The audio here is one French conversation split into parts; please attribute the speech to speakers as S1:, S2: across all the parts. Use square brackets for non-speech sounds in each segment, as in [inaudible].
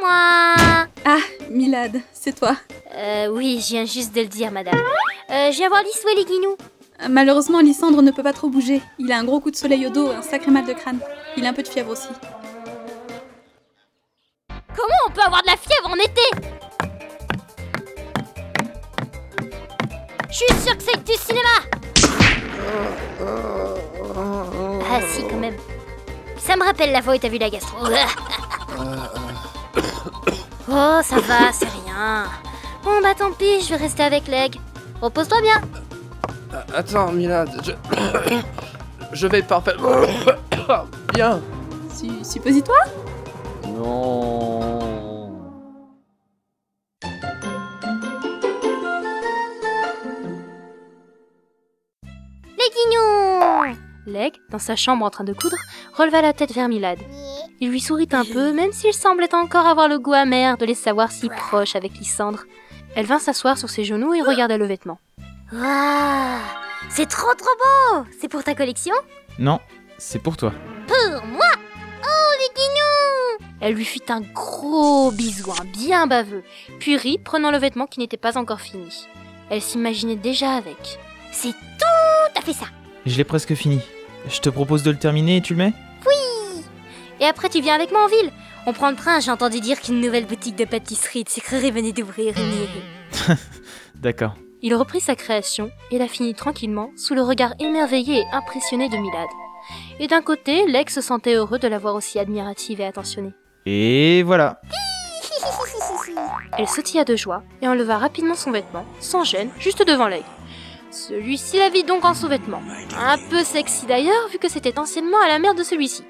S1: moi
S2: Ah, Milad, c'est toi.
S1: Euh, oui, je viens juste de le dire, madame. Euh, je viens voir Lys les Guinous.
S2: Euh, Malheureusement, Lysandre ne peut pas trop bouger. Il a un gros coup de soleil au dos et un sacré mal de crâne. Il a un peu de fièvre aussi.
S1: Comment on peut avoir de la fièvre en été Je suis sûre que c'est du cinéma Ah si, quand même. Ça me rappelle la voix et t'as vu la gastro. Oh, ça va, c'est rien. Bon bah tant pis, je vais rester avec Leg. Repose-toi bien
S3: Attends, Milad, je. [coughs] je vais parfaitement. [coughs] Bien
S2: Su- Suppositoire
S3: Non.
S1: Les Guignons Leg, dans sa chambre en train de coudre, releva la tête vers Milad. Il lui sourit un peu, même s'il semblait encore avoir le goût amer de les savoir si proches avec Lysandre. Elle vint s'asseoir sur ses genoux et regarda le vêtement. Waouh C'est trop trop beau C'est pour ta collection
S4: Non, c'est pour toi.
S1: Pour moi Oh les Guignons Elle lui fit un gros bisou, un bien baveux, puis rit, prenant le vêtement qui n'était pas encore fini. Elle s'imaginait déjà avec. C'est tout à fait ça
S4: Je l'ai presque fini. Je te propose de le terminer et tu le mets
S1: Et après, tu viens avec moi en ville. On prend le train, j'ai entendu dire qu'une nouvelle boutique de pâtisserie et de sucrerie venait d'ouvrir.
S4: D'accord.
S1: Il reprit sa création et la finit tranquillement sous le regard émerveillé et impressionné de Milad. Et d'un côté, Lex se sentait heureux de la voir aussi admirative et attentionnée.
S4: Et voilà.
S1: Elle sautilla de joie et enleva rapidement son vêtement, sans gêne, juste devant l'œil. Celui-ci la vit donc en sous-vêtement. Un peu sexy d'ailleurs, vu que c'était anciennement à la mère de celui-ci.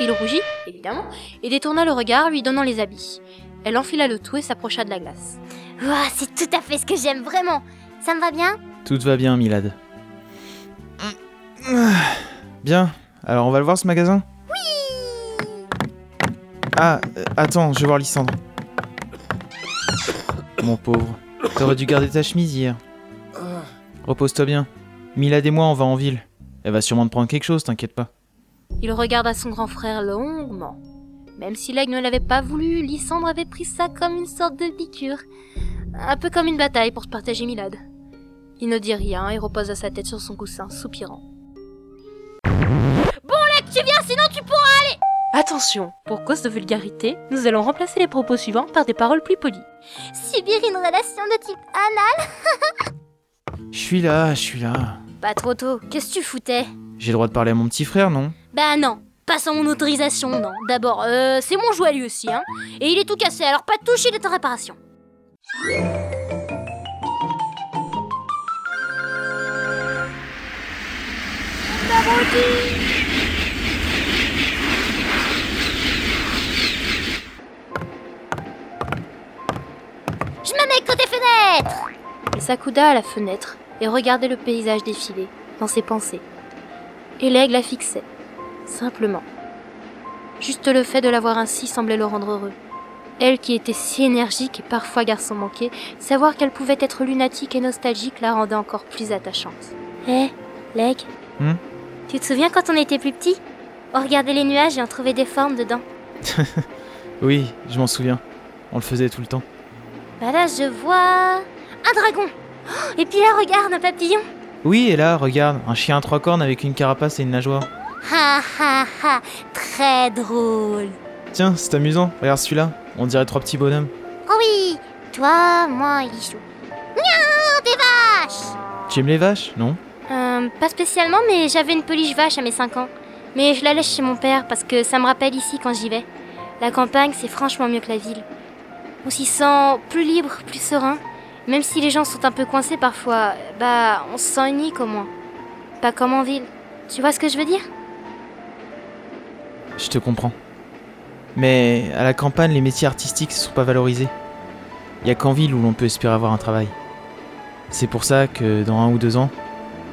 S1: Il rougit, évidemment, et détourna le regard, lui donnant les habits. Elle enfila le tout et s'approcha de la glace. Ouah, c'est tout à fait ce que j'aime vraiment Ça me va bien
S4: Tout va bien, Milad. Bien. Alors, on va le voir ce magasin Oui Ah, euh, attends, je vais voir Lysandre. Mon pauvre. T'aurais dû garder ta chemise hier. Repose-toi bien. Milad et moi, on va en ville. Elle va sûrement te prendre quelque chose, t'inquiète pas.
S1: Il regarda son grand frère longuement. Même si l'aigle ne l'avait pas voulu, Lysandre avait pris ça comme une sorte de piqûre. Un peu comme une bataille pour se partager Milad. Il ne dit rien et reposa sa tête sur son coussin, soupirant. Bon, Lec, tu viens, sinon tu pourras aller Attention, pour cause de vulgarité, nous allons remplacer les propos suivants par des paroles plus polies. Subir une relation de type Anna
S4: Je suis là, je suis là.
S1: Pas trop tôt, qu'est-ce que tu foutais
S4: J'ai le droit de parler à mon petit frère, non
S1: Bah non, pas sans mon autorisation, non. D'abord, euh, c'est mon jouet lui aussi, hein. Et il est tout cassé, alors pas de touche, il est en réparation. Je me mets côté fenêtre Il s'accouda à la fenêtre et regardait le paysage défiler, dans ses pensées. Et l'aigle la fixait simplement. Juste le fait de l'avoir ainsi semblait le rendre heureux. Elle qui était si énergique et parfois garçon manqué, savoir qu'elle pouvait être lunatique et nostalgique la rendait encore plus attachante. Hé, Leg
S4: Hmm
S1: Tu te souviens quand on était plus petit On regardait les nuages et on trouvait des formes dedans.
S4: Oui, je m'en souviens. On le faisait tout le temps.
S1: Bah là, je vois... Un dragon Oh, Et puis là, regarde, un papillon
S4: Oui, et là, regarde, un chien à trois cornes avec une carapace et une nageoire.
S1: Ha ha ha Très drôle
S4: Tiens, c'est amusant, regarde celui-là. On dirait trois petits bonhommes.
S1: Oh oui Toi, moi et Lichou. Miaou, des vaches
S4: Tu aimes les vaches, non
S1: Euh, pas spécialement, mais j'avais une peluche vache à mes 5 ans. Mais je la laisse chez mon père parce que ça me rappelle ici quand j'y vais. La campagne, c'est franchement mieux que la ville. On s'y sent plus libre, plus serein. Même si les gens sont un peu coincés parfois, bah, on se sent unique au moins. Pas comme en ville. Tu vois ce que je veux dire
S4: Je te comprends. Mais à la campagne, les métiers artistiques ne sont pas valorisés. Il y a qu'en ville où l'on peut espérer avoir un travail. C'est pour ça que dans un ou deux ans,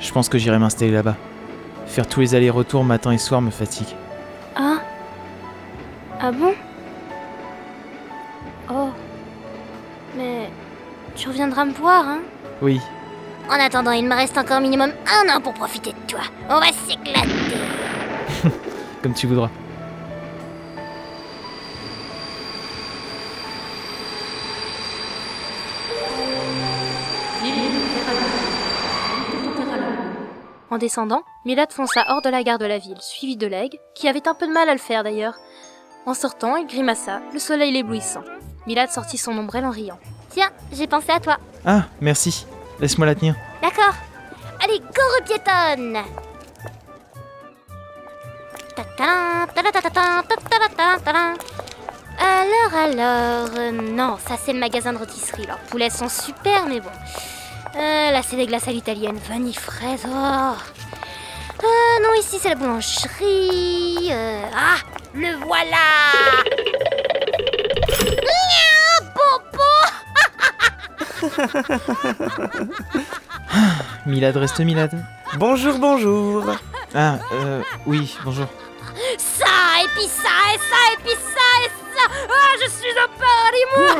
S4: je pense que j'irai m'installer là-bas. Faire tous les allers-retours matin et soir me fatigue.
S1: Ah Ah bon Oh. Mais tu reviendras me voir, hein
S4: Oui,
S1: En attendant, il me reste encore minimum un an pour profiter de toi. On va s'éclater.
S4: comme tu voudras.
S5: En descendant, Milad fonça hors de la gare de la ville, suivi de Leg, qui avait un peu de mal à le faire d'ailleurs. En sortant, il grimaça, le soleil l'éblouissant. Milad sortit son ombrelle en riant.
S1: Tiens, j'ai pensé à toi.
S4: Ah, merci. Laisse-moi la tenir.
S1: D'accord. Allez, go repiétonne Ta-ta-da, ta-da-ta-ta-ta, ta-ta-da-ta-ta-ta. Alors, alors, euh, non, ça c'est le magasin de rôtisserie. Leurs poulets sont super, mais bon. Euh, là, c'est des glaces à l'italienne, vanille, fraise. oh. Euh, non, ici c'est la boulangerie. euh, ah, le voilà
S4: Milad reste Milad.
S6: Bonjour, bonjour.
S4: Ah, euh, oui, bonjour.
S1: Ça, et puis ça, et ça, et puis ça, et ça Ah, je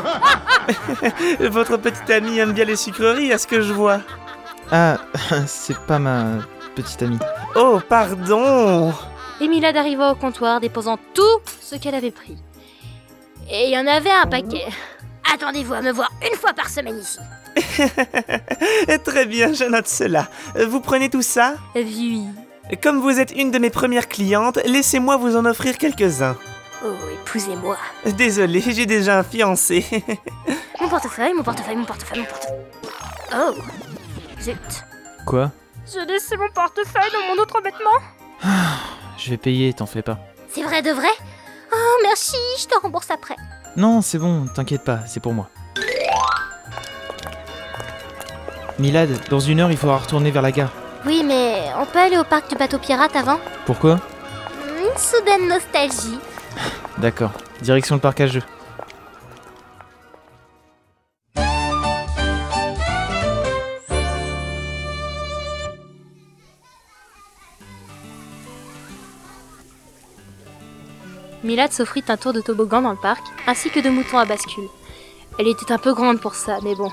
S1: suis un paradis, moi
S6: Votre petite amie aime bien les sucreries, à ce que je vois.
S4: Ah, [laughs] c'est pas ma petite amie.
S6: Oh, pardon.
S5: Et Milad arriva au comptoir, déposant tout ce qu'elle avait pris. Et il y en avait un paquet.
S1: Attendez-vous à me voir une fois par semaine ici.
S6: Eh, Très bien, je note cela. Vous prenez tout ça
S5: Oui.
S6: Comme vous êtes une de mes premières clientes, laissez-moi vous en offrir quelques-uns.
S1: Oh, épousez-moi.
S6: Désolé, j'ai déjà un fiancé.
S1: Mon portefeuille, mon portefeuille, mon portefeuille, mon portefeuille. Oh, zut.
S4: Quoi
S5: J'ai laissé mon portefeuille dans mon autre vêtement.
S4: Je vais payer, t'en fais pas.
S1: C'est vrai de vrai Oh, merci, je te rembourse après.
S4: Non, c'est bon, t'inquiète pas, c'est pour moi. Milad, dans une heure, il faudra retourner vers la gare.
S1: Oui, mais on peut aller au parc du bateau pirate avant
S4: Pourquoi
S1: Une soudaine nostalgie.
S4: D'accord. Direction le parc à jeux. [laughs]
S5: Milad s'offrit un tour de toboggan dans le parc, ainsi que de moutons à bascule. Elle était un peu grande pour ça, mais bon.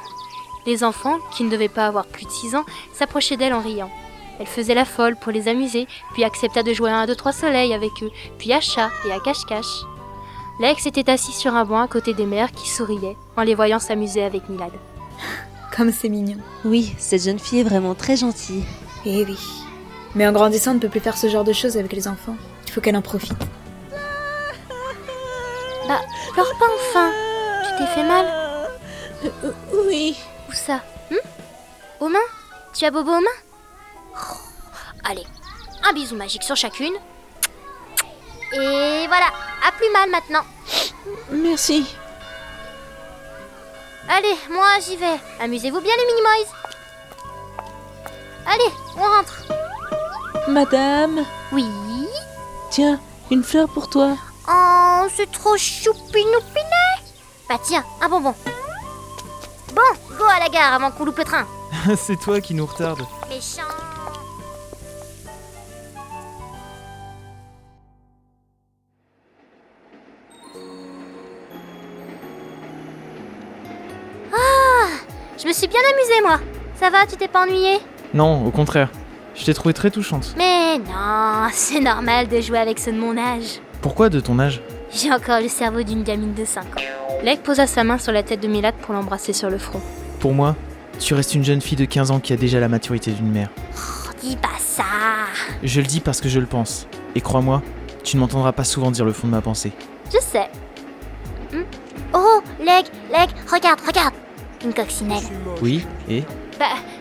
S5: Les enfants, qui ne devaient pas avoir plus de 6 ans, s'approchaient d'elle en riant. Elle faisait la folle pour les amuser, puis accepta de jouer à un, deux, trois soleils avec eux, puis à chat et à cache-cache. Lex était assis sur un banc à côté des mères qui souriaient en les voyant s'amuser avec Milad.
S7: Comme c'est mignon.
S8: Oui, cette jeune fille est vraiment très gentille.
S7: Eh oui. Mais en grandissant, on ne peut plus faire ce genre de choses avec les enfants. Il faut qu'elle en profite.
S1: Pleure Bah, pas enfin. Tu t'es fait mal
S7: Euh, Oui.
S1: Où ça hum Aux mains Tu as Bobo aux mains Oh, Allez, un bisou magique sur chacune. Et voilà, à plus mal maintenant.
S7: Merci.
S1: Allez, moi j'y vais. Amusez-vous bien les Minimoys. Allez, on rentre.
S7: Madame,
S1: Oui.
S7: tiens, une fleur pour toi.
S1: Oh, c'est trop choupinoupiné. Bah tiens, un bonbon. Bon, go à la gare avant qu'on loupe le train.
S4: c'est toi qui nous retarde.
S1: Méchant. Ah Je me suis bien amusée, moi. Ça va, tu t'es pas ennuyée
S4: Non, au contraire. Je t'ai trouvée très touchante.
S1: Mais non, [laughs] c'est normal de jouer avec ceux de mon âge.
S4: Pourquoi de ton âge
S1: J'ai encore le cerveau d'une gamine de 5 ans.
S5: Leg posa sa main sur la tête de Milad pour l'embrasser sur le front.
S4: Pour moi, tu restes une jeune fille de 15 ans qui a déjà la maturité d'une mère.
S1: Oh, Dis pas ça.
S4: Je le dis parce que je le pense. Et crois-moi, tu ne m'entendras pas souvent dire le fond de ma pensée.
S1: Je sais. Hmm. Oh, Leg, Leg, regarde, regarde. Une coccinelle.
S4: Oui, et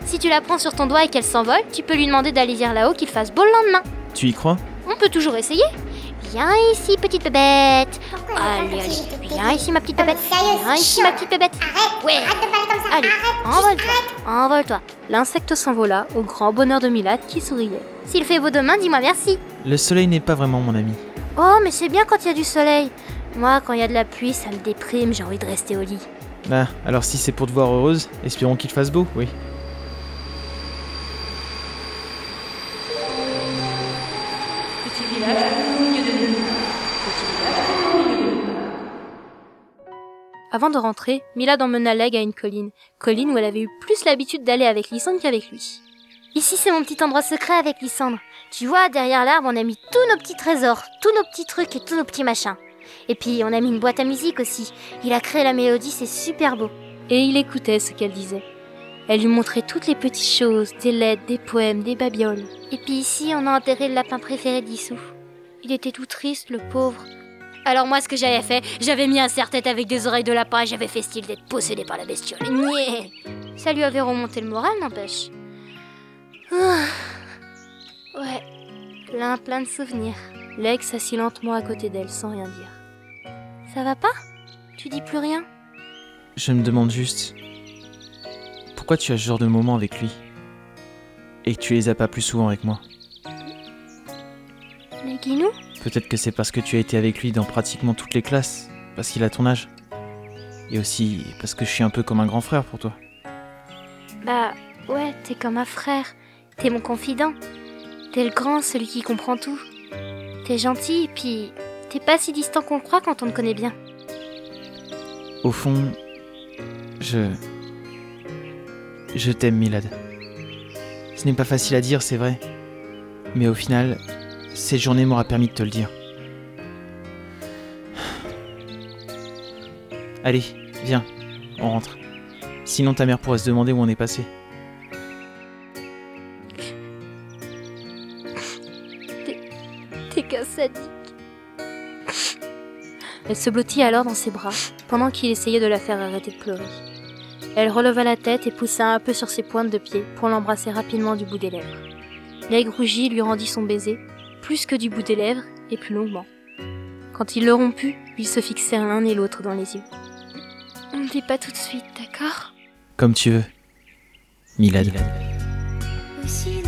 S5: Si tu la prends sur ton doigt et qu'elle s'envole, tu peux lui demander d'aller vers là-haut qu'il fasse beau le lendemain.
S4: Tu y crois
S5: On peut toujours essayer.
S1: Viens ici, petite bébête. Allez, allez, viens ici, ma petite Ah, bébête. Viens ici, ma petite bébête. Ouais. Allez, envole-toi, envole-toi.
S5: L'insecte s'envola, au grand bonheur de Milad qui souriait.
S1: S'il fait beau demain, dis-moi merci.
S4: Le soleil n'est pas vraiment mon ami.
S1: Oh, mais c'est bien quand il y a du soleil. Moi, quand il y a de la pluie, ça me déprime, j'ai envie de rester au lit.
S4: Ah, alors si c'est pour te voir heureuse, espérons qu'il fasse beau, oui.
S5: Avant de rentrer, Milad emmena Leg à une colline, colline où elle avait eu plus l'habitude d'aller avec Lysandre qu'avec lui.
S1: Ici, c'est mon petit endroit secret avec Lysandre. Tu vois, derrière l'arbre, on a mis tous nos petits trésors, tous nos petits trucs et tous nos petits machins. Et puis, on a mis une boîte à musique aussi. Il a créé la mélodie, c'est super beau.
S5: Et il écoutait ce qu'elle disait.
S1: Elle lui montrait toutes les petites choses, des lettres, des poèmes, des babioles.
S9: Et puis ici, on a enterré le lapin préféré d'Issou. Il était tout triste, le pauvre. Alors moi, ce que j'avais fait, j'avais mis un serre-tête avec des oreilles de lapin et j'avais fait style d'être possédé par la bestiole. Nyeh Ça lui avait remonté le moral, n'empêche. Ah. Ouais, plein plein de souvenirs.
S1: Lex s'assit lentement à côté d'elle sans rien dire.
S9: Ça va pas Tu dis plus rien
S4: Je me demande juste. Pourquoi tu as ce genre de moment avec lui Et que tu les as pas plus souvent avec moi
S9: Les guinous
S4: Peut-être que c'est parce que tu as été avec lui dans pratiquement toutes les classes, parce qu'il a ton âge. Et aussi parce que je suis un peu comme un grand frère pour toi.
S9: Bah ouais, t'es comme un frère. T'es mon confident. T'es le grand, celui qui comprend tout. T'es gentil, puis t'es pas si distant qu'on le croit quand on te connaît bien.
S4: Au fond, je. Je t'aime, Milad. Ce n'est pas facile à dire, c'est vrai. Mais au final, cette journée m'aura permis de te le dire. Allez, viens, on rentre. Sinon, ta mère pourra se demander où on est passé.
S9: T'es qu'un sadique.
S1: Elle se blottit alors dans ses bras, pendant qu'il essayait de la faire arrêter de pleurer. Elle releva la tête et poussa un peu sur ses pointes de pied pour l'embrasser rapidement du bout des lèvres. L'aigle rougit lui rendit son baiser, plus que du bout des lèvres et plus longuement. Quand il le romput, ils se fixèrent l'un et l'autre dans les yeux.
S9: On ne dit pas tout de suite, d'accord
S4: Comme tu veux. Milad.
S10: Aussi